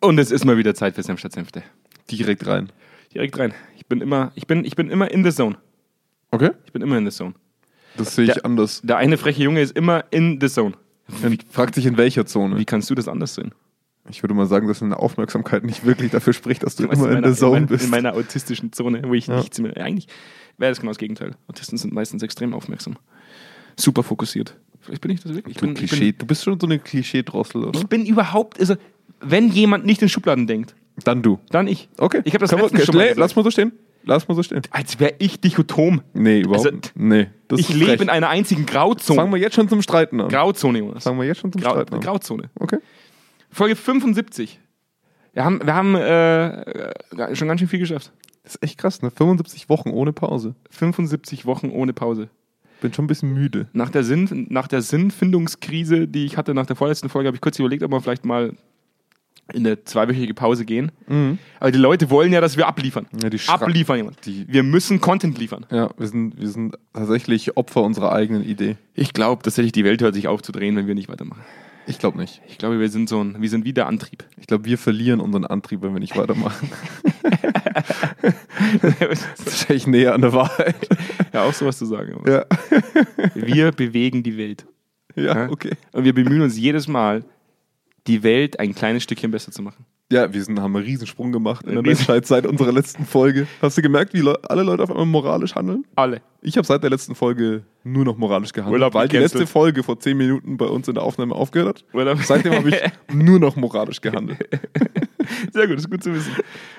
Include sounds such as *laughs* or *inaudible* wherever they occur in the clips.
Und es ist mal wieder Zeit für Senf statt Senfte. Direkt rein. Direkt rein. Ich bin immer, ich bin, ich bin immer in the zone. Okay? Ich bin immer in the zone. Das sehe ich Der- anders. Der eine freche Junge ist immer in the zone. Dann fragt sich in welcher Zone. Wie kannst du das anders sehen? Ich würde mal sagen, dass deine Aufmerksamkeit nicht wirklich dafür spricht, dass du Weißt du, immer in meiner- der Zone in, mein- bist. in meiner autistischen Zone, wo ich nichts mehr. Eigentlich wäre das genau das Gegenteil. Autisten sind meistens extrem aufmerksam. Super fokussiert. Vielleicht bin ich das wirklich. Ich du, bin, ich Klischee, bin, du bist schon so eine Klischee-Drossel, oder? ich bin überhaupt, also, wenn jemand nicht in Schubladen denkt, Dann du. dann ich. Okay. Ich habe das Kann man- letztens schon mal Nee, gesagt. Lass mal so stehen. Lass mal so stehen. Als wäre ich Dichotom. Nee, überhaupt Also, nicht. Nee, das ich ist lebe frech. in einer einzigen Fangen Grauzone. wir jetzt schon zum Streiten an. Grauzone, Jonas. Fangen wir jetzt schon zum Grau, Streiten an. Grauzone. Okay. Folge 75. Wir haben, wir haben äh, äh, schon ganz schön viel geschafft. Das ist echt krass, ne? 75 Wochen ohne Pause. 75 Wochen ohne Pause. Bin schon ein bisschen müde. Nach der, Sinn, nach der Sinnfindungskrise, die ich hatte nach der vorletzten Folge, habe ich kurz überlegt, ob wir vielleicht mal in eine zweiwöchige Pause gehen. Aber die Leute wollen Mhm. ja, dass wir abliefern. Ja, die Schra- abliefern, jemand. die- Wir müssen Content liefern. Ja, wir sind, wir sind tatsächlich Opfer unserer eigenen Idee. Ich glaube tatsächlich, die Welt hört sich auf zu drehen, wenn wir nicht weitermachen. Ich glaube nicht. Ich glaube, wir sind so ein, wir sind wie der *laughs* Antrieb. Ich glaube, wir verlieren unseren Antrieb, wenn wir nicht weitermachen. Das ist echt näher an der Wahrheit. ja, auch sowas zu sagen. aber- Ja. Wir bewegen die Welt. Ja, Ja? okay. Und wir bemühen uns jedes Mal, die Welt ein kleines Stückchen besser zu machen. Ja, wir sind, haben einen Riesensprung gemacht in der Riesen- Menschheit seit unserer letzten Folge. Hast du gemerkt, wie Leu- alle Leute auf einmal moralisch handeln? Alle. Ich habe seit der letzten Folge nur noch moralisch gehandelt, Urlaub weil die gecancelt. letzte Folge vor zehn Minuten bei uns in der Aufnahme aufgehört hat. Urlaub- Seitdem *laughs* habe ich nur noch moralisch gehandelt. Sehr gut, ist gut zu wissen.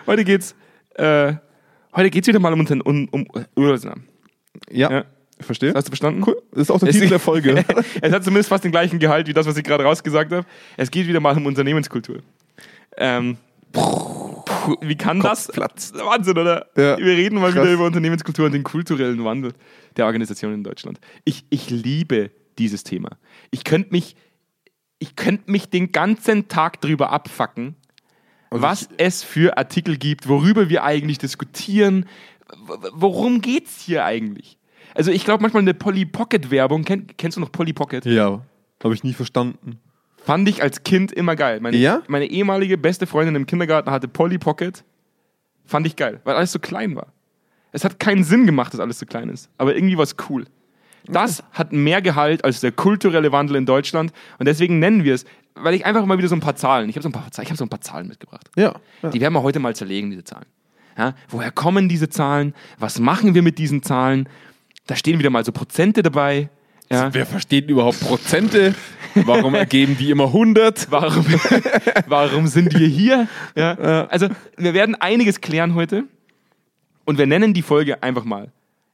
Heute geht's, äh, heute geht's wieder mal um unseren, um, um, um Ja, Ja. verstehe. Hast du verstanden? Cool. Das ist auch der Es- *laughs* Titel der Folge. es hat zumindest fast den gleichen Gehalt wie das, was ich gerade rausgesagt habe. Es geht wieder mal um Unternehmenskultur. Ähm, puh, wie kann das? platzt. Wahnsinn, oder? Ja. Wir reden mal Krass. wieder über Unternehmenskultur und den kulturellen Wandel der Organisation in Deutschland. Ich, ich liebe dieses Thema. Ich könnte mich, ich könnte mich den ganzen Tag drüber abfacken, was es für Artikel gibt, worüber wir eigentlich diskutieren. W- w- Worum geht's hier eigentlich? Also ich glaube manchmal eine Polly Pocket Werbung, kenn, kennst du noch Polly Pocket? Ja, habe ich nie verstanden. Fand ich als Kind immer geil. Meine, Ja? meine ehemalige beste Freundin im Kindergarten hatte Polly Pocket. Fand ich geil, weil alles so klein war. Es hat keinen Sinn gemacht, dass alles so klein ist. Aber irgendwie war es cool. Das hat mehr Gehalt als der kulturelle Wandel in Deutschland. Und deswegen nennen wir es, weil ich einfach mal wieder so ein paar Zahlen, ich habe so, ein paar Zahlen- ich hab so ein paar Zahlen mitgebracht. Ja. ja. Die werden wir heute mal zerlegen, diese Zahlen. Ja, woher kommen diese Zahlen? Was machen wir mit diesen Zahlen? Da stehen wieder mal so Prozente dabei. Ja. Wer versteht überhaupt Prozente? Warum ergeben die immer 100? Warum, *laughs* warum sind wir hier? Äh, Ja. Also, wir werden einiges klären heute. Und wir nennen die Folge einfach mal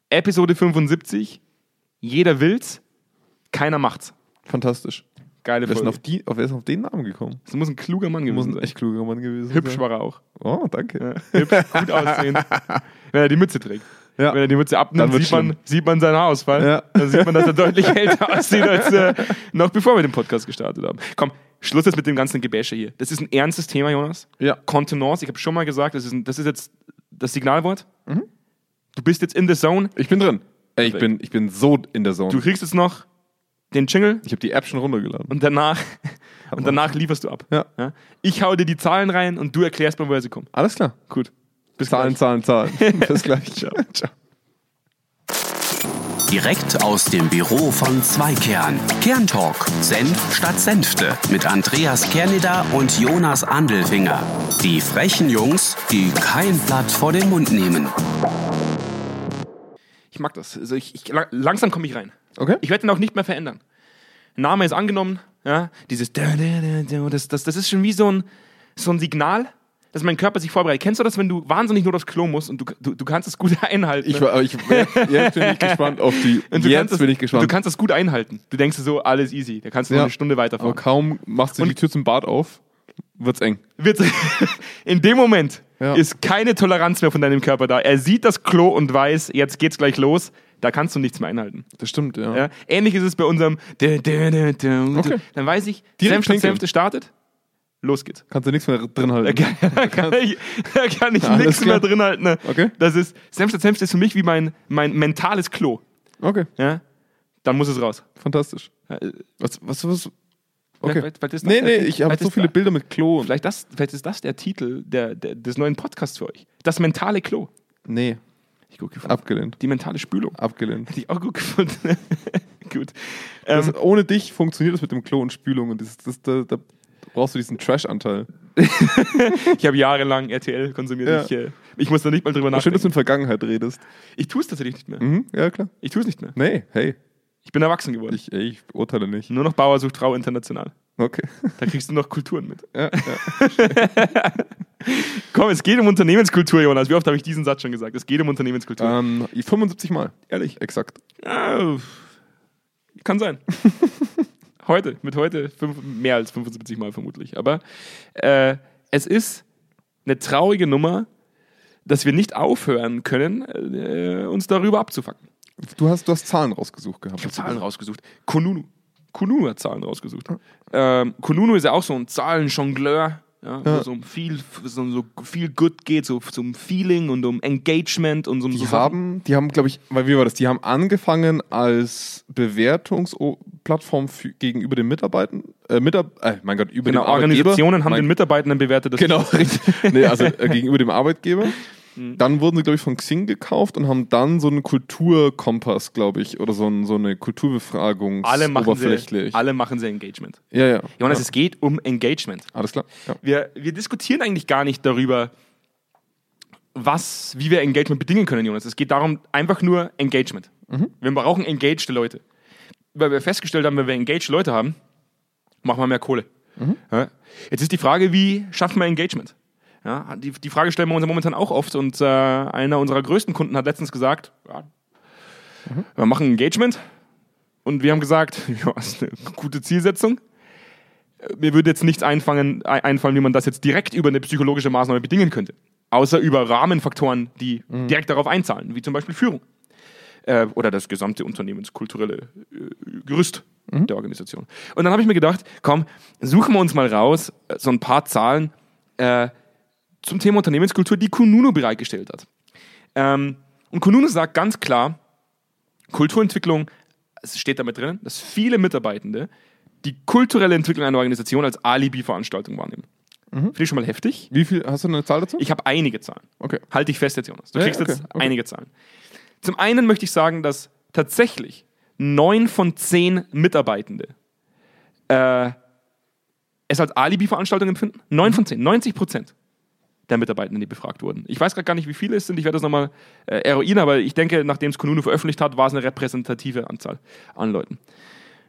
Episode 75. Jeder will's, keiner macht's. Fantastisch. Geile Wer ist, denn Folge. auf die, auf, wer ist denn auf den Namen gekommen? Das muss ein kluger Mann Muss gewesen ein sein. echt kluger Mann gewesen Hübsch sein. war er auch. Oh, danke. Ja. Hübsch, gut aussehend. *laughs* Wenn er die Mütze trägt. Ja. Wenn er die Mütze Dann abnimmt, wird's sieht man, sieht man seinen Haarausfall. Ja. Dann sieht man, dass er deutlich *laughs* älter aussieht, als äh, noch bevor wir den Podcast gestartet haben. Komm, Schluss jetzt mit dem ganzen Gebäsche hier. Das ist ein ernstes Thema, Jonas. Ja. Contenance, ich habe schon mal gesagt, das ist, ein, das ist jetzt das Signalwort. Mhm. Du bist jetzt in the zone. Ich bin drin. Ey, ich, bin, ich bin so in der Zone. Du kriegst jetzt noch den Jingle Ich habe die App schon runtergeladen. und danach, und danach lieferst du ab. Ja. Ja? Ich hau dir die Zahlen rein und du erklärst mir, woher sie kommen. Alles klar. Gut. Bis Zahlen, gleich. Zahlen, Zahlen. *laughs* Bis gleich. Ciao. Ciao. Direkt aus dem Büro von Zweikern. Kerntalk. Senf statt Senfte. Mit Andreas Kerneder und Jonas Andelfinger. Die frechen Jungs, die kein Blatt vor den Mund nehmen. Ich mag das. Also ich, ich, lang- langsam komme ich rein. Okay. Ich werde den auch nicht mehr verändern. Name ist angenommen, ja, dieses da, da, da, da, das, das, das ist schon wie so ein, so ein Signal, dass mein Körper sich vorbereitet. Kennst du das, wenn du wahnsinnig nur aufs Klo musst und du, du, du kannst es gut *laughs* einhalten? Ich, war- ich, jetzt bin ich gespannt auf die. und du Jetzt kannst es- bin ich Du gespannt. kannst es gut einhalten. Du denkst dir so, alles easy. Da kannst du noch Ja. eine Stunde Aber weiterfahren. kaum machst du die Und- Tür zum Bad auf, wird's eng. Wird, *laughs* in dem Moment Ja. ist keine Toleranz mehr von deinem Körper da. Er sieht das Klo und weiß, jetzt geht's gleich los. Da kannst du nichts mehr einhalten. Das stimmt, Ja? Ähnlich ist es bei unserem. dä- dä- dä- dä- Okay. Dann weiß ich, Direkt Senf statt pinkeln. Senfte startet. Los geht's. Kannst du nichts mehr drin halten. Da kann, da kann *laughs* ich, da kann ich Alles nichts mehr klar. drin halten. Ne? Okay. Das ist, Senf statt Senfte ist für mich wie mein, mein mentales Klo. Okay, Ja? Dann muss es raus. fantastisch. Ja, äh, Was, was, was, Vielleicht- Okay. vielleicht- vielleicht ist das Nee, der nee, Titel. ich habe Vielleicht so ist viele da- Bilder mit Klo. Und Vielleicht, das, vielleicht ist das der Titel der, der, des neuen Podcasts für euch. Das mentale Klo. nee, Ich gut gefunden. abgelehnt. Die mentale Spülung. Abgelehnt. *laughs* Hätte ich auch gut gefunden. *laughs* gut. Das, Ähm, ohne dich funktioniert das mit dem Klo und Spülung und das, das, da, da brauchst du diesen Trash-Anteil. ich habe jahrelang RTL konsumiert. Ja. Ich, äh, ich muss da nicht mal drüber Schön, dass du nachdenken. in Vergangenheit redest. Ich tue es tatsächlich nicht mehr. Mhm, ja, klar. Ich tue es nicht mehr. Nee, hey, Ich bin erwachsen geworden. ich, ey, ich urteile nicht. Nur noch Bauer sucht Frau international. Okay. Da kriegst du noch Kulturen mit. Ja, ja. *laughs* Komm, es geht um Unternehmenskultur, Jonas. Wie oft habe ich diesen Satz schon gesagt? Es geht um Unternehmenskultur. *laughs* Ähm, 75 Mal. Ehrlich. Exakt. Ah, kann sein. heute, mit heute fünf, mehr als 75 Mal vermutlich. Aber äh, es ist eine traurige Nummer, dass wir nicht aufhören können, äh, uns darüber abzufacken. Du hast, du hast Zahlen rausgesucht gehabt. Ich habe Zahlen rausgesucht. Konunu. Konunu hat Zahlen rausgesucht. Ähm, Konunu ist ja auch so ein Zahlenjongleur. Ja, wo Ja. es um viel, so, um so viel Good geht, so zum Feeling und um Engagement und um so Die Sachen. haben, die haben, glaube ich, weil wie war das? Die haben angefangen als Bewertungsplattform für, gegenüber den Mitarbeitern, äh, Mitar äh, mein Gott, über Genau, den Arbeitgeber. Organisationen haben Mein- den Mitarbeitenden bewertet, dass Genau, *laughs* richtig. nee, also äh, gegenüber dem Arbeitgeber. Mhm. Dann wurden sie, glaube ich, von Xing gekauft und haben dann so einen Kulturkompass, glaube ich, oder so, ein, so eine Kulturbefragung alle machen, sie, oberflächlich. alle machen sie Engagement. ja, ja. Jonas, ja. es geht um Engagement. Alles klar. Ja. Also, Wir, wir diskutieren eigentlich gar nicht darüber, was, wie wir Engagement bedingen können, Jonas. Es geht darum, einfach nur Engagement. Wir brauchen engaged Leute. Weil wir festgestellt haben, wenn wir engaged Leute haben, machen wir mehr Kohle. Ja? Jetzt ist die Frage, wie schaffen wir Engagement? Ja, die, die Frage stellen wir uns momentan auch oft und äh, einer unserer größten Kunden hat letztens gesagt, ja, wir machen Engagement und wir haben gesagt, *laughs* ja, ist eine gute Zielsetzung. Mir würde jetzt nichts einfangen, ein- einfallen, wie man das jetzt direkt über eine psychologische Maßnahme bedingen könnte. Außer über Rahmenfaktoren, die direkt darauf einzahlen, wie zum Beispiel Führung. Äh, oder das gesamte unternehmenskulturelle äh, Gerüst der Organisation. Und dann habe ich mir gedacht, komm, suchen wir uns mal raus, äh, so ein paar Zahlen äh, zum Thema Unternehmenskultur, die Kununu bereitgestellt hat. Ähm, und Kununu sagt ganz klar, Kulturentwicklung, es steht damit drin, dass viele Mitarbeitende die kulturelle Entwicklung einer Organisation als Alibi-Veranstaltung wahrnehmen. Mhm. Finde ich schon mal heftig. Wie viel, hast du eine Zahl dazu? Ich habe einige Zahlen. okay. Halte dich fest jetzt, Jonas. Du Ja, kriegst okay, jetzt okay. einige Zahlen. Zum einen möchte ich sagen, dass tatsächlich neun von zehn Mitarbeitende äh, es als Alibi-Veranstaltung empfinden. Neun Mhm. von zehn, 90 Prozent der Mitarbeitenden, die befragt wurden. Ich weiß gerade gar nicht, wie viele es sind. Ich werde das nochmal äh, eruieren, aber ich denke, nachdem es Konunu veröffentlicht hat, war es eine repräsentative Anzahl an Leuten.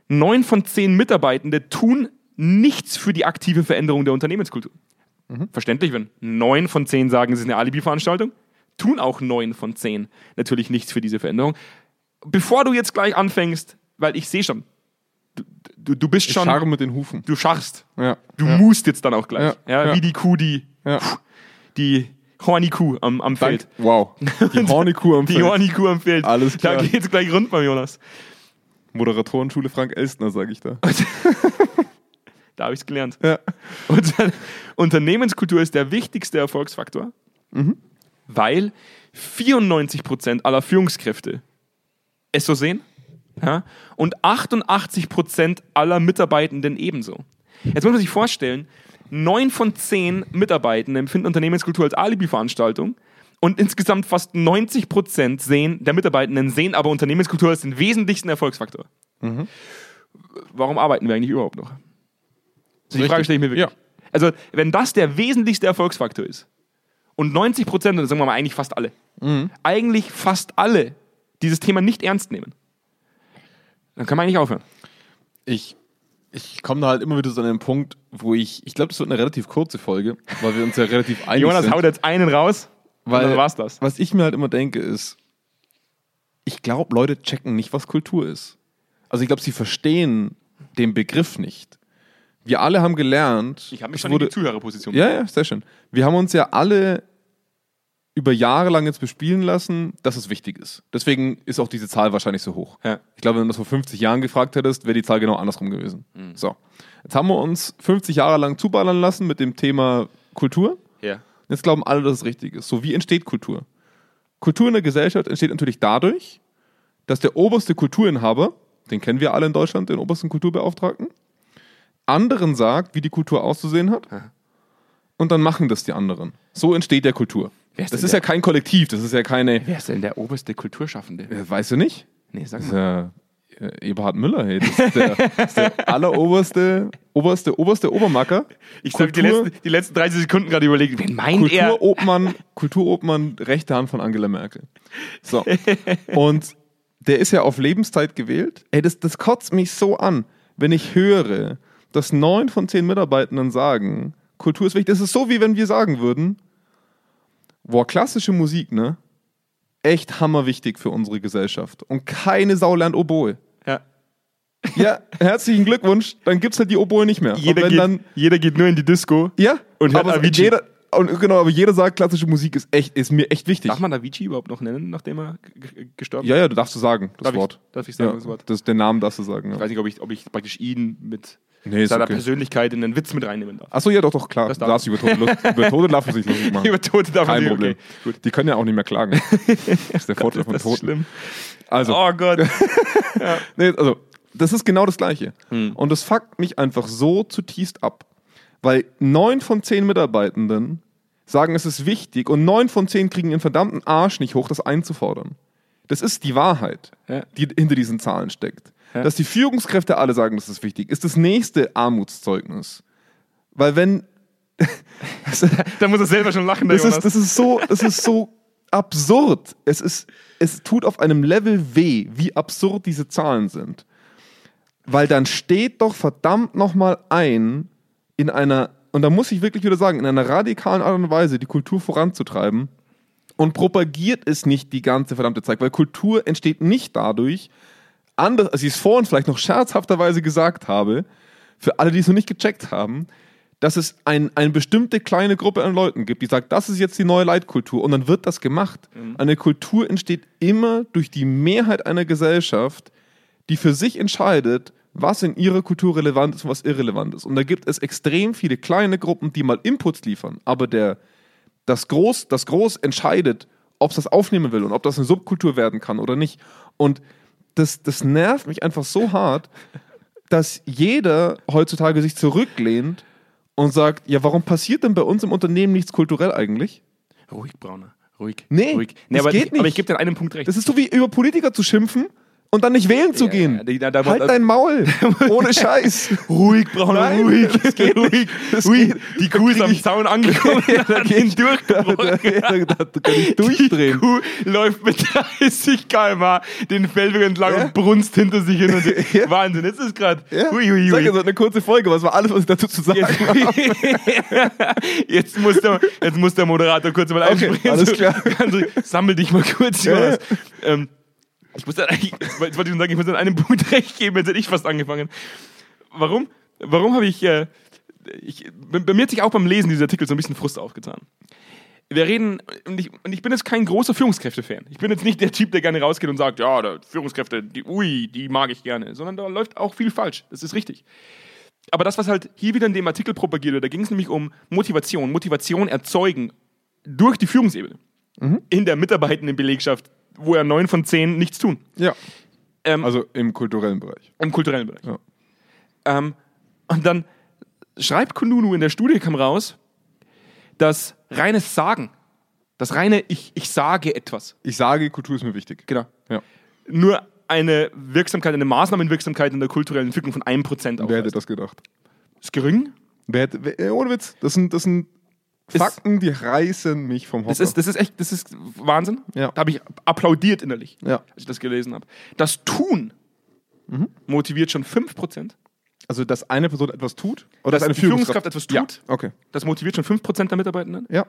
Neun von zehn Mitarbeitende tun nichts für die aktive Veränderung der Unternehmenskultur. Mhm. Verständlich, wenn neun von zehn sagen, es ist eine Alibi-Veranstaltung, tun auch neun von zehn natürlich nichts für diese Veränderung. Bevor du jetzt gleich anfängst, weil ich sehe schon, du, du, du bist Ich schon, scharre mit den Hufen. du scharfst, Ja. du ja. musst jetzt dann auch gleich. Ja, Ja, ja. Wie die Kuh, die, Ja. die horny Kuh am, am Feld. Dank. Wow. *laughs* Die horny Kuh am Die Feld. horny Kuh am Feld. Alles Da klar. geht's gleich rund beim Jonas. Moderatorenschule Frank Elstner, sage ich da. Da habe ich es gelernt. Ja. *laughs* Und dann, Unternehmenskultur ist der wichtigste Erfolgsfaktor, weil 94% aller Führungskräfte es so sehen ja, und 88% aller Mitarbeitenden ebenso. Jetzt muss man sich vorstellen, 9 von 10 Mitarbeitenden empfinden Unternehmenskultur als Alibi-Veranstaltung und insgesamt fast 90% sehen, der Mitarbeitenden sehen aber Unternehmenskultur als den wesentlichsten Erfolgsfaktor. Mhm. Warum arbeiten wir eigentlich überhaupt noch? Also die Richtig. Frage stelle ich mir wirklich. Ja. Also, wenn das der wesentlichste Erfolgsfaktor ist und 90 Prozent, sagen wir mal eigentlich fast alle, Mhm. eigentlich fast alle dieses Thema nicht ernst nehmen, dann kann man eigentlich aufhören. ich, ich komme da halt immer wieder so an den Punkt, wo ich, ich glaube, das wird eine relativ kurze Folge, weil wir uns ja relativ einig Jonas sind. haut jetzt einen raus und dann war's das. Was ich mir halt immer denke, ist, ich glaube, Leute checken nicht, was Kultur ist. Also ich glaube, sie verstehen den Begriff nicht. Wir alle haben gelernt. Ich habe mich es schon in wurde, die Zuhörerposition. ja, ja, sehr schön. Wir haben uns ja alle über Jahre lang jetzt bespielen lassen, dass es wichtig ist. Deswegen ist auch diese Zahl wahrscheinlich so hoch. Ja. Ich glaube, wenn du das vor 50 Jahren gefragt hättest, wäre die Zahl genau andersrum gewesen. So, jetzt haben wir uns 50 Jahre lang zuballern lassen mit dem Thema Kultur. Ja. Jetzt glauben alle, dass es richtig ist. So, wie entsteht Kultur? Kultur in der Gesellschaft entsteht natürlich dadurch, dass der oberste Kulturinhaber, den kennen wir alle in Deutschland, den obersten Kulturbeauftragten, anderen sagt, wie die Kultur auszusehen hat. Und dann machen das die anderen. So entsteht der Kultur. Wer ist das denn ist der- ja kein Kollektiv, das ist ja keine. Wer ist denn der oberste Kulturschaffende? Äh, Weißt du nicht? Nee, sag Das ist mal. ja äh, Eberhard Müller, hey. Das ist der, das *laughs* ist der alleroberste, oberste, oberste Obermacker. Ich habe die Kultur- letzten, die letzten 30 Sekunden gerade überlegt, wen meint er? Kulturobmann, Kulturobmann, rechte Hand von Angela Merkel. So. Und der ist ja auf Lebenszeit gewählt. Ey, das, das kotzt mich so an, wenn ich höre, dass neun von zehn Mitarbeitenden sagen, Kultur ist wichtig. Das ist so, wie wenn wir sagen würden, boah, klassische Musik, ne? Echt hammerwichtig für unsere Gesellschaft. Und keine Sau lernt Oboe. Ja. Ja, herzlichen Glückwunsch. Dann gibt's halt die Oboe nicht mehr. Und Jeder, wenn geht, dann, jeder geht nur in die Disco. ja, Und hört aber Avicii. jeder und genau, aber jeder sagt, klassische Musik ist echt ist mir echt wichtig. Darf man Avicii überhaupt noch nennen, nachdem er g- g- gestorben ist? Ja, ja, du darfst du sagen, das Darf ich- Wort. darf ich sagen, ja, das Wort? Das, den Namen darfst du sagen. Ich Ja. weiß nicht, ob ich, ob ich praktisch ihn mit Nee, ist seiner okay. Persönlichkeit in den Witz mit reinnehmen darf. Achso, ja, doch, doch, klar. Das Das darf darfst du über Tote, Lust, über Tote darfst du sich *laughs* lustig machen. Über Tote darf man Ah. Kein nicht, Problem. Okay. Gut. Die können ja auch nicht *laughs* mehr klagen. Das ist der Vorteil von Das ist Toten. schlimm. Also, Oh *laughs* Gott. nee, also, das ist genau das Gleiche. Hm. Und das fuckt mich einfach so zutiefst ab. Weil neun von zehn Mitarbeitenden sagen, es ist wichtig und neun von zehn kriegen ihren verdammten Arsch nicht hoch, das einzufordern. Das ist die Wahrheit, Ja. die hinter diesen Zahlen steckt. Ja. Dass die Führungskräfte alle sagen, das ist wichtig, ist das nächste Armutszeugnis. Weil wenn da muss er selber schon lachen, der das ist, das ist so, das ist so absurd. Es ist, es tut auf einem Level weh, wie absurd diese Zahlen sind. Weil dann steht doch verdammt nochmal ein, in einer, und da muss ich wirklich wieder sagen, in einer radikalen Art und Weise die Kultur voranzutreiben und propagiert es nicht die ganze verdammte Zeit, weil Kultur entsteht nicht dadurch, anders, als ich es vorhin vielleicht noch scherzhafterweise gesagt habe, für alle, die es noch nicht gecheckt haben, dass es ein, eine bestimmte kleine Gruppe an Leuten gibt, die sagt, das ist jetzt die neue Leitkultur und dann wird das gemacht. Eine Kultur entsteht immer durch die Mehrheit einer Gesellschaft, die für sich entscheidet, was in ihrer Kultur relevant ist und was irrelevant ist. Und da gibt es extrem viele kleine Gruppen, die mal Inputs liefern, aber der, das, Groß, das Groß entscheidet, ob es das aufnehmen will und ob das eine Subkultur werden kann oder nicht. Und das, das nervt mich einfach so hart, dass jeder heutzutage sich zurücklehnt und sagt, ja, warum passiert denn bei uns im Unternehmen nichts kulturell eigentlich? Ruhig, Brauner. Ruhig. Nee, Ruhig. das aber, geht ich, aber ich nicht. gebe dir einen Punkt recht. Das ist so wie über Politiker zu schimpfen und dann nicht wählen zu Ja, gehen. ja, da- da- *laughs* halt da- dein Maul. *laughs* Ohne Scheiß. ruhig, Brauner, Nein, ruhig. das geht *laughs* ruhig. Das ruhig. geht- Die Kuh ist am Zaun *laughs* angekommen. da hat geht- ihn durchgebrochen. da, da, da kann ich Die durchdrehen. Kuh läuft mit *laughs* 30 km/h den Feldweg entlang Ja. und brunzt hinter sich *laughs* hin. Und Ja. Wahnsinn, jetzt ist gerade. Ja. Hui, hui, Sag hui. ja, so eine kurze Folge, was war alles, was ich dazu zu sagen Jetzt, habe. *laughs* jetzt, muss der, jetzt muss der Moderator kurz mal Okay, einspringen. alles So, klar. *laughs* Ganz ruhig. sammel dich mal kurz, Ja, Jonas. Ähm, ich muss da, ich, jetzt wollte ich schon sagen, ich muss an einem Punkt *laughs* recht geben, jetzt hätte ich fast angefangen. Warum? Warum habe ich, äh, ich. Bei bei mir hat sich auch beim Lesen dieses Artikels so ein bisschen Frust aufgetan. Wir reden, und ich, und ich bin jetzt kein großer Führungskräfte-Fan. Ich bin jetzt nicht der Typ, der gerne rausgeht und sagt, ja, da, Führungskräfte, die, ui, die mag ich gerne. Sondern da läuft auch viel falsch. Das ist richtig aber das, was halt hier wieder in dem Artikel propagiert wird, da ging es nämlich um Motivation, Motivation erzeugen durch die Führungsebene. In der mitarbeitenden Belegschaft, wo ja neun von zehn nichts tun, Ja. Ähm, also im kulturellen Bereich. im kulturellen Bereich. Ja. Ähm, und dann schreibt Kununu in der Studie kam raus, dass reines Sagen, das reine Ich, ich sage etwas, Ich sage, Kultur ist mir wichtig. genau, Ja. nur eine Wirksamkeit, eine Maßnahmenwirksamkeit in der kulturellen Entwicklung von einem Prozent Wer hätte aufweist. das gedacht? Ist gering, Wer hätte, wer, äh, ohne Witz, das sind, das sind Fakten, die reißen mich vom Hocker. Das ist, das ist echt, das ist Wahnsinn. Ja. Da habe ich applaudiert innerlich, Ja. Mhm. als ich das gelesen habe. Das Tun motiviert schon 5%. also, dass eine Person etwas tut oder Dass die Führungskraft etwas tut. Ja. Okay. Das motiviert schon 5% der Mitarbeitenden. Ja.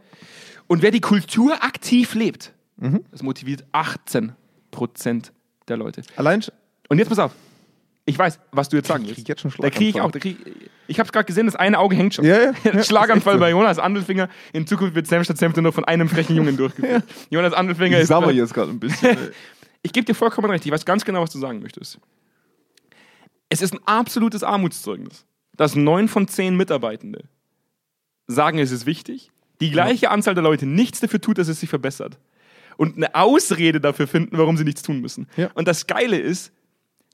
Und wer die Kultur aktiv lebt, das motiviert 18% der Leute. Allein sch- Und jetzt pass auf. Ich weiß, was du jetzt sagen Ich krieg willst. jetzt schon da kriege ich auch. Da krieg ich ich habe es gerade gesehen, das eine Auge hängt schon. *laughs* Ja, ja, ja, Schlaganfall bei Jonas Andelfinger. In Zukunft wird Sam statt Senfte nur von einem frechen Jungen *laughs* durchgeführt. Jonas Andelfinger ich ist. sabber jetzt gerade *laughs* ein bisschen. ey. Ich gebe dir vollkommen recht, ich weiß ganz genau, was du sagen möchtest. Es ist ein absolutes Armutszeugnis, dass neun von zehn Mitarbeitende sagen, es ist wichtig, die gleiche Anzahl der Leute nichts dafür tut, dass es sich verbessert. Und eine Ausrede dafür finden, warum sie nichts tun müssen. Ja. Und das Geile ist,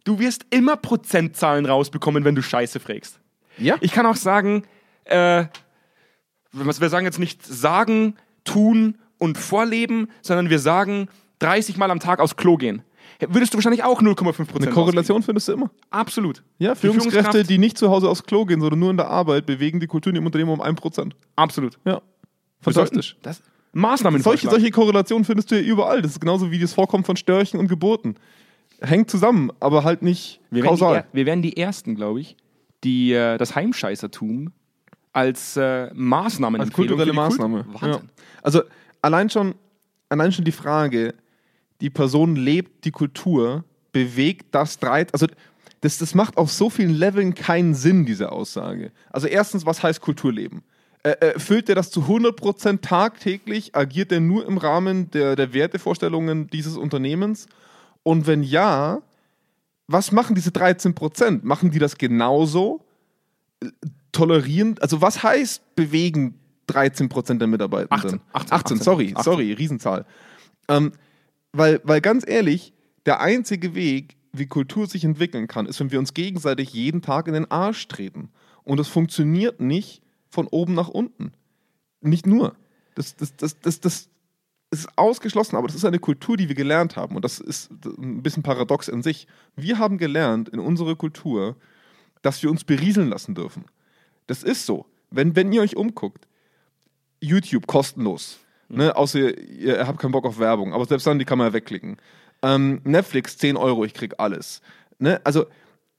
du wirst immer Prozentzahlen rausbekommen, wenn du Scheiße fragst. Ja. Ich kann auch sagen, äh, wir wir sagen jetzt nicht sagen, tun und vorleben, sondern wir sagen 30 Mal am Tag aufs Klo gehen. Würdest du wahrscheinlich auch 0,5 Eine Prozent. Korrelation findest du immer. Absolut. Ja, Die Führungskräfte, Führungskraft- die nicht zu Hause aufs Klo gehen, sondern nur in der Arbeit, bewegen die Kultur in ihrem Unternehmen um 1%. Absolut. Wir Ja. sollten- Fantastisch. Das, Maßnahmen Solche, solche Korrelationen findest du ja überall. Das ist genauso wie das Vorkommen von Störchen und Geburten. Hängt zusammen, aber halt nicht Wir werden, die, kausal. er- wir werden die Ersten, glaube ich, die äh, das Heimscheißertum als äh, Maßnahmen Als kulturelle Maßnahme. Ja. Wahnsinn. Also allein schon, allein schon die Frage, die Person lebt die Kultur, bewegt das drei. Also das, das macht auf so vielen Leveln keinen Sinn, diese Aussage. Also erstens, was heißt Kulturleben? Äh, äh, füllt er das zu 100% tagtäglich? Agiert er nur im Rahmen der, der Wertevorstellungen dieses Unternehmens? Und wenn ja, was machen diese 13%? Machen die das genauso? tolerieren, also was heißt bewegen 13% der Mitarbeitenden? 18, 18, 18, 18, sorry, 18. sorry, Riesenzahl. Ähm, weil, weil ganz ehrlich, der einzige Weg, wie Kultur sich entwickeln kann, ist, wenn wir uns gegenseitig jeden Tag in den Arsch treten. Und das funktioniert nicht von oben nach unten. Nicht nur. Das, das, das, das, das ist ausgeschlossen, aber das ist eine Kultur, die wir gelernt haben. Und das ist ein bisschen paradox in sich. Wir haben gelernt in unserer Kultur, dass wir uns berieseln lassen dürfen. Das ist so. Wenn, wenn ihr euch umguckt, YouTube kostenlos. Ne? Außer ihr, ihr habt keinen Bock auf Werbung, aber selbst dann, die kann man ja wegklicken. Ähm, Netflix 10 Euro, ich krieg alles. Ne? Also,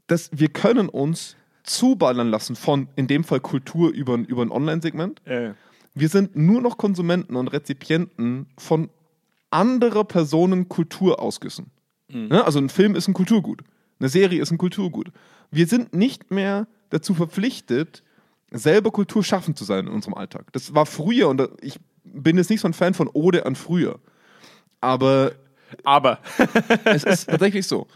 das, wir können uns zuballern lassen von, in dem Fall Kultur über, ein- über ein Online-Segment. Äh, Wir sind nur noch Konsumenten und Rezipienten von anderer Personen Kulturausgüssen. Ne? Also ein Film ist ein Kulturgut, eine Serie ist ein Kulturgut. Wir sind nicht mehr dazu verpflichtet, selber Kultur schaffen zu sein in unserem Alltag. Das war früher und da- ich bin jetzt nicht so ein Fan von Ode an früher. Aber aber es ist tatsächlich so.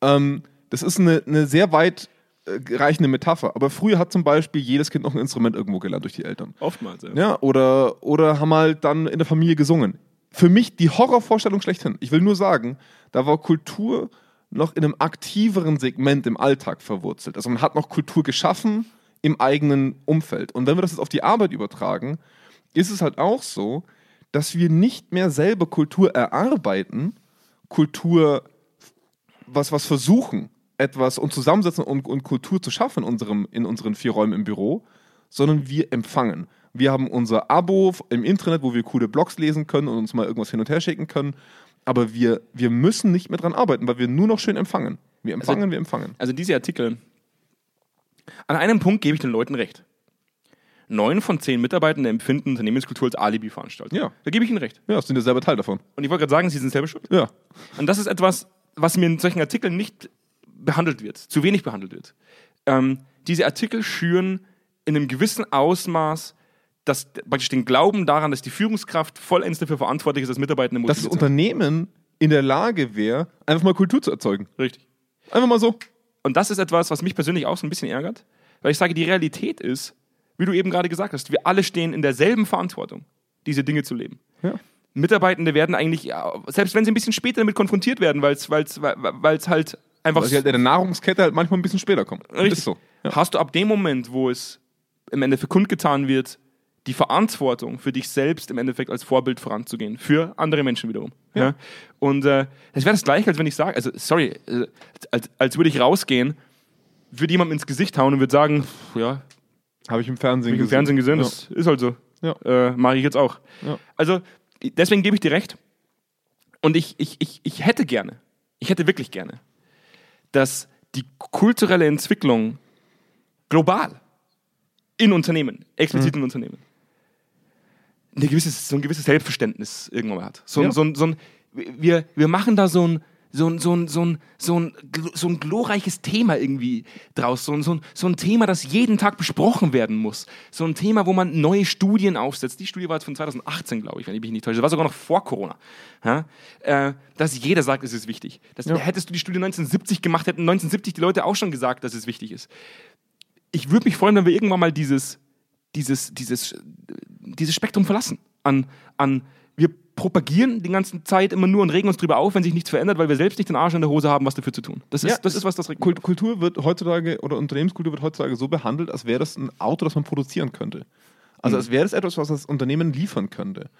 Ähm, das ist eine, eine sehr weit äh, reichende Metapher. Aber früher hat zum Beispiel jedes Kind noch ein Instrument irgendwo gelernt durch die Eltern. oftmals. Ja. Ja, oder, oder haben halt dann in der Familie gesungen. Für mich die Horrorvorstellung schlechthin. Ich will nur sagen, da war Kultur noch in einem aktiveren Segment im Alltag verwurzelt. Also man hat noch Kultur geschaffen im eigenen Umfeld. Und wenn wir das jetzt auf die Arbeit übertragen, ist es halt auch so, dass wir nicht mehr selber Kultur erarbeiten, Kultur was, was versuchen, etwas und zusammensetzen und, und Kultur zu schaffen in, unserem, in unseren vier Räumen im Büro, sondern wir empfangen. Wir haben unser Abo im Internet, wo wir coole Blogs lesen können und uns mal irgendwas hin und her schicken können. Aber wir, wir müssen nicht mehr dran arbeiten, weil wir nur noch schön empfangen. Wir empfangen, wir empfangen. Also diese Artikel. An einem Punkt gebe ich den Leuten recht. Neun von zehn Mitarbeitenden empfinden Unternehmenskultur als Alibi-Veranstaltung. Ja. Da gebe ich ihnen recht. Ja, sind ja selber Teil davon. Und ich wollte gerade sagen, sie sind selber schuld. Ja. Und das ist etwas, was mir in solchen Artikeln nicht behandelt wird, zu wenig behandelt wird. Ähm, diese Artikel schüren in einem gewissen Ausmaß das, praktisch den Glauben daran, dass die Führungskraft vollends dafür verantwortlich ist, dass Mitarbeitende Dass das motiviert sind. Unternehmen in der Lage wäre, einfach mal Kultur zu erzeugen. Richtig. Einfach mal so. Und das ist etwas, was mich persönlich auch so ein bisschen ärgert, weil ich sage, die Realität ist, wie du eben gerade gesagt hast, wir alle stehen in derselben Verantwortung, diese Dinge zu leben. Ja. Mitarbeitende werden eigentlich, ja, selbst wenn sie ein bisschen später damit konfrontiert werden, weil's, weil's, weil es halt einfach Weil sie halt in der Nahrungskette halt manchmal ein bisschen später kommen. Richtig. Ist so. Hast du ab dem Moment, wo es im Endeffekt kundgetan wird, die Verantwortung für dich selbst im Endeffekt als Vorbild voranzugehen, für andere Menschen wiederum. Ja. Und äh, das wäre das gleiche, als wenn ich sage, also sorry, äh, als, als würde ich rausgehen, würde jemandem ins Gesicht hauen und würde sagen, pff, ja, Habe ich im Fernsehen habe ich im Fernsehen gesehen, Ja. das ist halt so. Ja. Äh, Mache ich jetzt auch. Ja. Also, deswegen gebe ich dir recht. Und ich, ich, ich, ich hätte gerne, ich hätte wirklich gerne, dass die kulturelle Entwicklung global in Unternehmen, explizit Mhm. in Unternehmen, eine gewisse, so ein gewisses Selbstverständnis irgendwann mal hat. So, ein- Ja. so, ein- so ein, wir, wir machen da so ein, so ein, so ein, so ein, so ein, gl- so ein glorreiches Thema irgendwie draus. So ein, so, ein, so ein Thema, das jeden Tag besprochen werden muss. So ein Thema, wo man neue Studien aufsetzt. Die Studie war jetzt von 2018, glaube ich, wenn ich mich nicht täusche. Das war sogar noch vor Corona. Ja? Äh, dass jeder sagt, es ist wichtig. Das, Hättest du die Studie 1970 gemacht, hätten 1970 die Leute auch schon gesagt, dass es wichtig ist ich würde mich freuen, wenn wir irgendwann mal dieses, dieses, dieses, dieses Spektrum verlassen an, an wir propagieren die ganze Zeit immer nur und regen uns drüber auf, wenn sich nichts verändert, weil wir selbst nicht den Arsch in der Hose haben, was dafür zu tun. Das ist, Ja. das ist was das regt. Kult- Kultur wird heutzutage oder Unternehmenskultur wird heutzutage so behandelt, als wäre das ein Auto, das man produzieren könnte. Also als wäre das etwas, was das Unternehmen liefern könnte.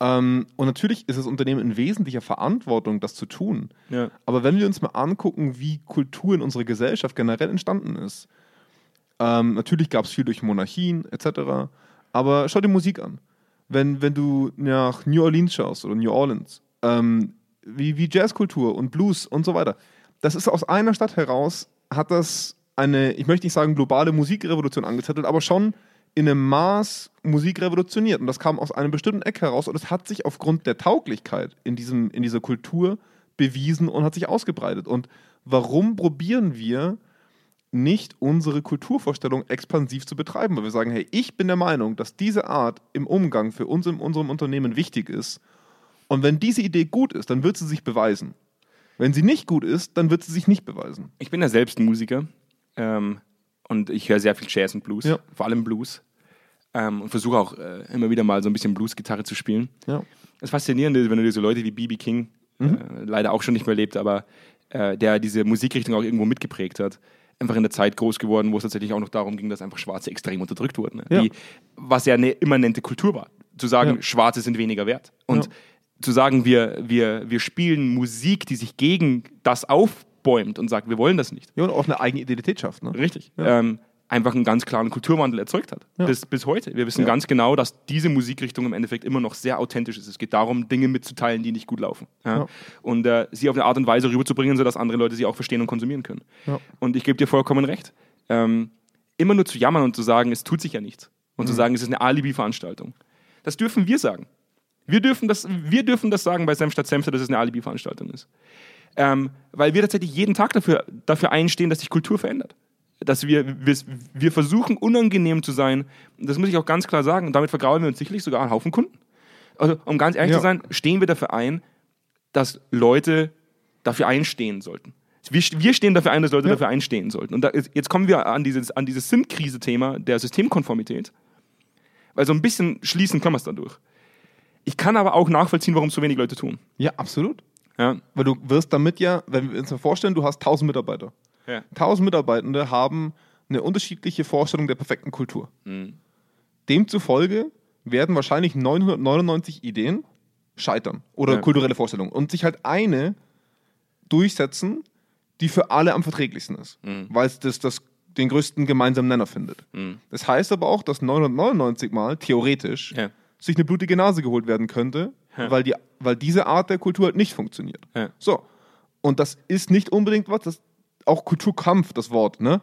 Ähm, und natürlich ist das Unternehmen in wesentlicher Verantwortung, das zu tun. Ja. Aber wenn wir uns mal angucken, wie Kultur in unserer Gesellschaft generell entstanden ist, ähm, natürlich gab es viel durch Monarchien etc. Aber schau dir Musik an. Wenn, wenn du nach New Orleans schaust oder New Orleans, ähm, wie, wie Jazzkultur und Blues und so weiter, das ist aus einer Stadt heraus, hat das eine, ich möchte nicht sagen globale Musikrevolution angezettelt, aber schon in einem Maß Musik revolutioniert. Und das kam aus einem bestimmten Eck heraus und es hat sich aufgrund der Tauglichkeit in, diesem, in dieser Kultur bewiesen und hat sich ausgebreitet. Und warum probieren wir nicht unsere Kulturvorstellung expansiv zu betreiben, weil wir sagen, hey, ich bin der Meinung, dass diese Art im Umgang für uns in unserem Unternehmen wichtig ist. Und wenn diese Idee gut ist, dann wird sie sich beweisen. Wenn sie nicht gut ist, dann wird sie sich nicht beweisen. Ich bin ja selbst ein Musiker ähm, und ich höre sehr viel Jazz und Blues, Ja. vor allem Blues. Ähm, und versuche auch äh, immer wieder mal so ein bisschen Blues-Gitarre zu spielen. Ja. Das Faszinierende ist, wenn du dir so Leute wie B.B. King, Mhm. äh, leider auch schon nicht mehr lebt, aber äh, der diese Musikrichtung auch irgendwo mitgeprägt hat, einfach in der Zeit groß geworden, wo es tatsächlich auch noch darum ging, dass einfach Schwarze extrem unterdrückt wurden. Ne? Ja. Die, was ja eine immanente Kultur war. Zu sagen, Ja. Schwarze sind weniger wert. Und Ja. zu sagen, wir, wir, wir spielen Musik, die sich gegen das aufbäumt und sagt, wir wollen das nicht. ja und auch eine eigene Identität schafft. Ne? Richtig. Ja. Ähm, einfach einen ganz klaren Kulturwandel erzeugt hat. Ja. Bis, bis heute. Wir wissen Ja. ganz genau, dass diese Musikrichtung im Endeffekt immer noch sehr authentisch ist. Es geht darum, Dinge mitzuteilen, die nicht gut laufen. Ja? Ja. Und äh, sie auf eine Art und Weise rüberzubringen, sodass andere Leute sie auch verstehen und konsumieren können. Ja. Und ich gebe dir vollkommen recht. Ähm, immer nur zu jammern und zu sagen, es tut sich ja nichts. Und Mhm. zu sagen, es ist eine Alibi-Veranstaltung. Das dürfen wir sagen. Wir dürfen das, wir dürfen das sagen bei Senf statt Senfte, dass es eine Alibi-Veranstaltung ist. Ähm, weil wir tatsächlich jeden Tag dafür, dafür einstehen, dass sich Kultur verändert. Dass wir, wir, wir versuchen, unangenehm zu sein. Das muss ich auch ganz klar sagen. Und damit vergrauen wir uns sicherlich sogar einen Haufen Kunden. Also, um ganz ehrlich Ja. zu sein, stehen wir dafür ein, dass Leute dafür einstehen sollten. Wir, wir stehen dafür ein, dass Leute dafür einstehen sollten. Und da, jetzt kommen wir an dieses, an dieses SIM-Krise-Thema der Systemkonformität. Weil so ein bisschen schließen kann man es dadurch. Ich kann aber auch nachvollziehen, warum es so wenig Leute tun. Ja, absolut. Ja. Weil du wirst damit ja, wenn wir uns mal vorstellen, du hast 1000 Mitarbeiter. Ja. 1000 Mitarbeitende haben eine unterschiedliche Vorstellung der perfekten Kultur. Mhm. Demzufolge werden wahrscheinlich 999 Ideen scheitern oder Ja. kulturelle Vorstellungen und sich halt eine durchsetzen, die für alle am verträglichsten ist, Mhm. weil es das, das den größten gemeinsamen Nenner findet. Das heißt aber auch, dass 999 Mal theoretisch Ja. sich eine blutige Nase geholt werden könnte, Ja. weil, die, weil diese Art der Kultur halt nicht funktioniert. Ja. So. Und das ist nicht unbedingt was, das, auch Kulturkampf, das Wort, ne?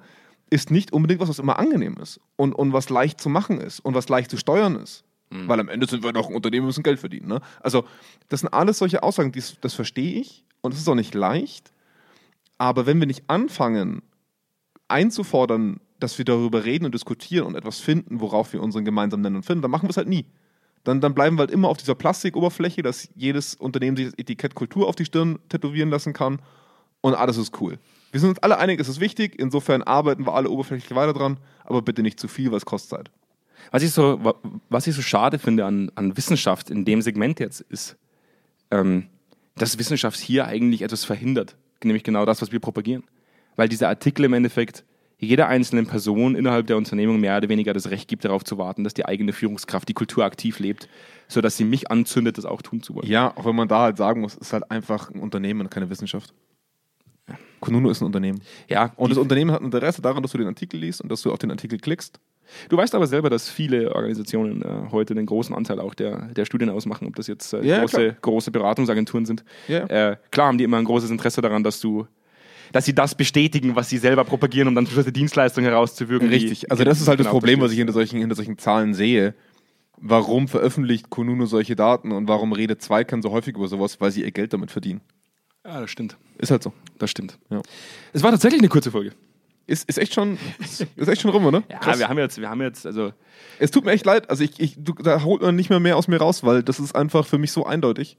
Ist nicht unbedingt was, was immer angenehm ist und, und was leicht zu machen ist und was leicht zu steuern ist. Weil am Ende sind wir doch ein Unternehmen, müssen Geld verdienen. Ne? Also, das sind alles solche Aussagen, die, das verstehe ich und es ist auch nicht leicht. Aber wenn wir nicht anfangen, einzufordern, dass wir darüber reden und diskutieren und etwas finden, worauf wir unseren gemeinsamen Nenner finden, dann machen wir es halt nie. Dann, dann bleiben wir halt immer auf dieser Plastikoberfläche, dass jedes Unternehmen sich das Etikett Kultur auf die Stirn tätowieren lassen kann und alles ist cool. Wir sind uns alle einig, es ist wichtig, insofern arbeiten wir alle oberflächlich weiter dran, aber bitte nicht zu viel, weil es kostet halt. Zeit. Was ich so, wa- was ich so schade finde an, an Wissenschaft in dem Segment jetzt ist, ähm, dass Wissenschaft hier eigentlich etwas verhindert, nämlich genau das, was wir propagieren. Weil dieser Artikel im Endeffekt jeder einzelnen Person innerhalb der Unternehmung mehr oder weniger das Recht gibt, darauf zu warten, dass die eigene Führungskraft die Kultur aktiv lebt, sodass sie mich anzündet, das auch tun zu wollen. Ja, auch wenn man da halt sagen muss, es ist halt einfach ein Unternehmen und keine Wissenschaft. Kununu ist ein Unternehmen. Ja, Und die- das Unternehmen hat ein Interesse daran, dass du den Artikel liest und dass du auf den Artikel klickst. Du weißt aber selber, dass viele Organisationen äh, heute den großen Anteil auch der, der Studien ausmachen, ob das jetzt äh, Ja, große, große Beratungsagenturen sind. Ja. Äh, klar haben die immer ein großes Interesse daran, dass du, dass sie das bestätigen, was sie selber propagieren, um dann zum Schluss eine Dienstleistung herauszuwirken. die- Richtig. Also das ist halt das Genau, Problem, was verstehe. ich hinter solchen, hinter solchen Zahlen sehe. Warum veröffentlicht Kununu solche Daten und warum redet Zweikern so häufig über sowas? Weil sie ihr Geld damit verdienen. Ja, Ah, das stimmt. Ist halt so. Das stimmt. Ja. Es war tatsächlich eine kurze Folge. Ist, ist, echt, schon, *laughs* ist ist echt schon rum, oder? Ja, Krass. wir haben jetzt, wir haben jetzt, also Es tut mir echt leid. Also ich, ich, du, da holt man nicht mehr mehr aus mir raus, weil das ist einfach für mich so eindeutig.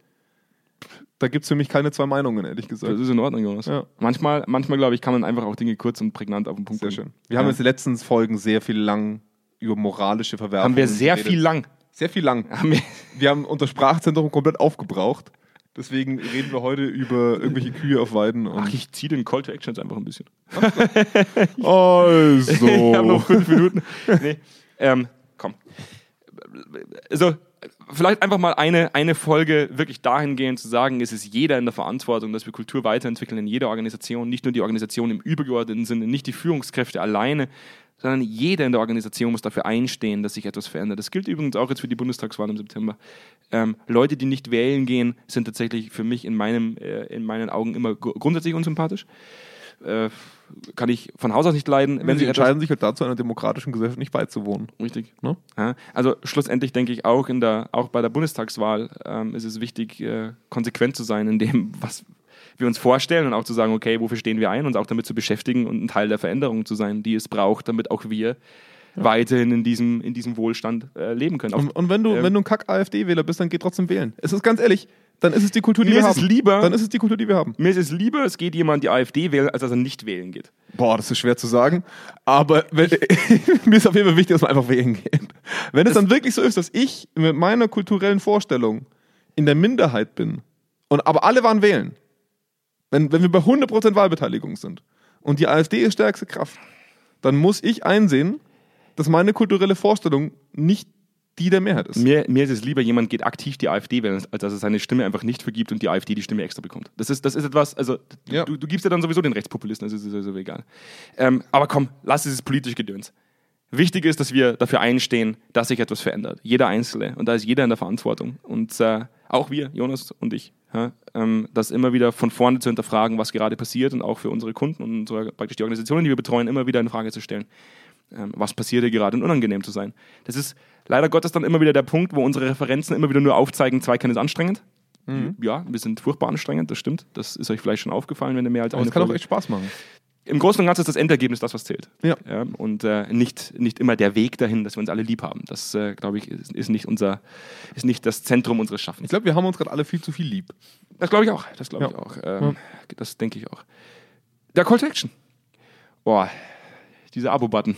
Da gibt es für mich keine zwei Meinungen, ehrlich das gesagt. ist in Ordnung, Jonas. Ja. Manchmal, manchmal glaube ich, kann man einfach auch Dinge kurz und prägnant auf den Punkt Sehr bringen. schön. Wir haben Ja. jetzt in den letzten Folgen sehr viel lang über moralische Verwerfungen haben wir sehr geredet. viel lang. Sehr viel lang. Haben wir- Wir haben unser Sprachzentrum komplett aufgebraucht. Deswegen reden wir heute über irgendwelche Kühe auf Weiden. Und Ach, ich ziehe den Call to Actions einfach ein bisschen. *laughs* also. Ich habe noch fünf Minuten. *laughs* Nee. Ähm, komm. Also, vielleicht einfach mal eine, eine Folge wirklich dahingehend zu sagen, es ist jeder in der Verantwortung, dass wir Kultur weiterentwickeln in jeder Organisation, nicht nur die Organisation im übergeordneten Sinne, nicht die Führungskräfte alleine, sondern jeder in der Organisation muss dafür einstehen, dass sich etwas verändert. Das gilt übrigens auch jetzt für die Bundestagswahl im September. Ähm, Leute, die nicht wählen gehen, sind tatsächlich für mich in, meinem, äh, in meinen Augen immer gru- grundsätzlich unsympathisch. Äh, kann ich von Haus aus nicht leiden. Wenn, Wenn sie sie etwas entscheiden sich halt dazu, einer demokratischen Gesellschaft nicht beizuwohnen. Richtig. Ne? Ja, also schlussendlich denke ich auch in der, auch bei der Bundestagswahl ähm, ist es wichtig, äh, konsequent zu sein in dem, *laughs* was wir uns vorstellen und auch zu sagen, okay, wofür stehen wir ein, uns auch damit zu beschäftigen und ein Teil der Veränderung zu sein, die es braucht, damit auch wir weiterhin in diesem, in diesem Wohlstand äh, leben können. Auch, Und, und wenn du, Ähm. wenn du ein Kack-AfD-Wähler bist, dann geh trotzdem wählen. Es ist ganz ehrlich, dann ist es die Kultur, die Mir wir ist es haben. lieber- Dann ist es die Kultur, die wir haben. mir ist es lieber, es geht jemand die AfD wählen, als dass er nicht wählen geht. Boah, das ist schwer zu sagen. Aber wenn, *laughs* mir ist auf jeden Fall wichtig, dass man einfach wählen geht. Wenn es dann wirklich so ist, dass ich mit meiner kulturellen Vorstellung in der Minderheit bin, und, aber alle waren wählen, wenn, wenn wir bei 100% Wahlbeteiligung sind und die AfD ist stärkste Kraft, dann muss ich einsehen, dass meine kulturelle Vorstellung nicht die der Mehrheit ist. Mir, mir ist es lieber, jemand geht aktiv die AfD wählen, als dass er seine Stimme einfach nicht vergibt und die AfD die Stimme extra bekommt. Das ist, das ist etwas, also d- Ja. du, du gibst ja dann sowieso den Rechtspopulisten, also ist es sowieso egal. Ähm, aber komm, lass dieses politische Gedöns. Wichtig ist, dass wir dafür einstehen, dass sich etwas verändert. Jeder Einzelne. Und da ist jeder in der Verantwortung. Und äh, auch wir, Jonas und ich, ja, ähm, das immer wieder von vorne zu hinterfragen, was gerade passiert und auch für unsere Kunden und unsere, praktisch die Organisationen, die wir betreuen, immer wieder in Frage zu stellen ähm, was passiert hier gerade und unangenehm zu sein. Das ist leider Gottes dann immer wieder der Punkt, wo unsere Referenzen immer wieder nur aufzeigen, Zweikern ist anstrengend. Mhm. Ja, wir sind furchtbar anstrengend, das stimmt. Das ist euch vielleicht schon aufgefallen, wenn ihr mehr als Aber eine es kann auch Folge- echt Spaß machen. Im Großen und Ganzen ist das Endergebnis das, was zählt. Ja. und äh, nicht, nicht immer der Weg dahin, dass wir uns alle lieb haben. Das, äh, glaube ich, ist, ist, nicht unser, ist nicht das Zentrum unseres Schaffens. Ich glaube, wir haben uns gerade alle viel zu viel lieb. Das glaube ich auch. Das glaube ich Ja. auch. Ähm, Das denke ich auch. Der Call to Action. Boah, dieser Abo-Button.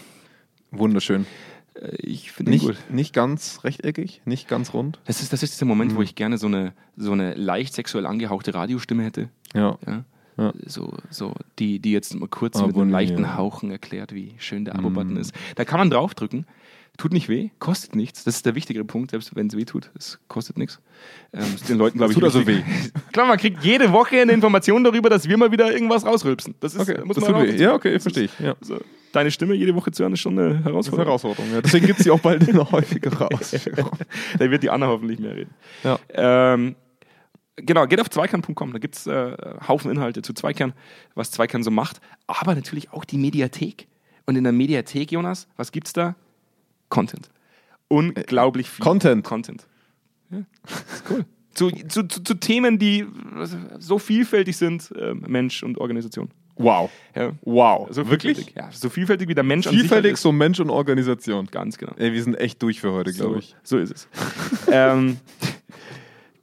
Wunderschön. Äh, Ich finde ihn gut. Nicht, nicht ganz rechteckig, nicht ganz rund. Das ist, das ist dieser Moment, wo Mhm. ich gerne so eine, so eine leicht sexuell angehauchte Radiostimme hätte. Ja. Ja? Ja. Ah, So, so, die, die jetzt mal kurz mit einem Abonnieren. leichten Hauchen erklärt, wie schön der Mhm. Abo-Button ist. Da kann man draufdrücken. Tut nicht weh, kostet nichts. Das ist der wichtigere Punkt, selbst wenn es weh tut. Es kostet nichts. Ähm, ist den *laughs* Leuten, glaube ich, tut also wichtig. *laughs* Klar, man kriegt jede Woche eine Information darüber, dass wir mal wieder irgendwas rausrülpsen. Das ist, Okay, muss das man tut auch weh. dazu- Ja, okay, das verstehe ist- ich. Ja. Also, deine Stimme jede Woche zu hören, ist schon eine Das ist eine Herausforderung. Herausforderung. Ja. Deswegen gibt es die auch bald noch häufiger raus. *laughs* da wird die Anna hoffentlich mehr reden. Ja. Ähm, genau, geht auf zweikern.com, da gibt es äh, Haufen Inhalte zu Zweikern, was Zweikern so macht, aber natürlich auch die Mediathek. Und in der Mediathek, Jonas, was gibt's da? Content. Unglaublich viel. Content. Content. Ja, ist cool. zu, zu, zu, zu Themen, die so vielfältig sind, ähm, Mensch und Organisation. Wow. Ja. Wow. So Wirklich? vielfältig, Ja, so vielfältig wie der Mensch an sich halt Vielfältig ist. so Mensch und Organisation. Ganz genau. Ey, wir sind echt durch für heute, glaube So, ich. so ist es. *laughs* ähm,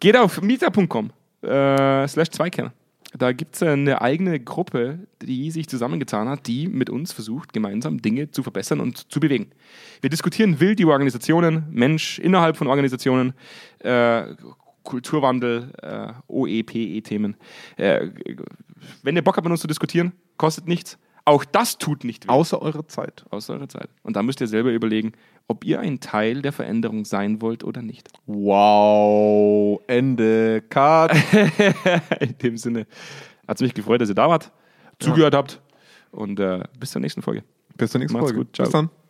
geht auf mieter.com äh, slash Zweikern. Da gibt es eine eigene Gruppe, die sich zusammengetan hat, die mit uns versucht, gemeinsam Dinge zu verbessern und zu bewegen. Wir diskutieren wild über Organisationen, Mensch innerhalb von Organisationen, äh, Kulturwandel, äh, OE, PE-Themen. Äh, wenn ihr Bock habt, mit uns zu diskutieren, kostet nichts. Auch das tut nicht weh Außer eure Zeit. aus eurer Zeit. Und da müsst ihr selber überlegen, ob ihr ein Teil der Veränderung sein wollt oder nicht. Wow. Ende. Cut. In dem Sinne hat es mich gefreut, dass ihr da wart, zugehört habt und äh, bis zur nächsten Folge. Bis zur nächsten Macht's Folge. gut. Ciao. Bis dann.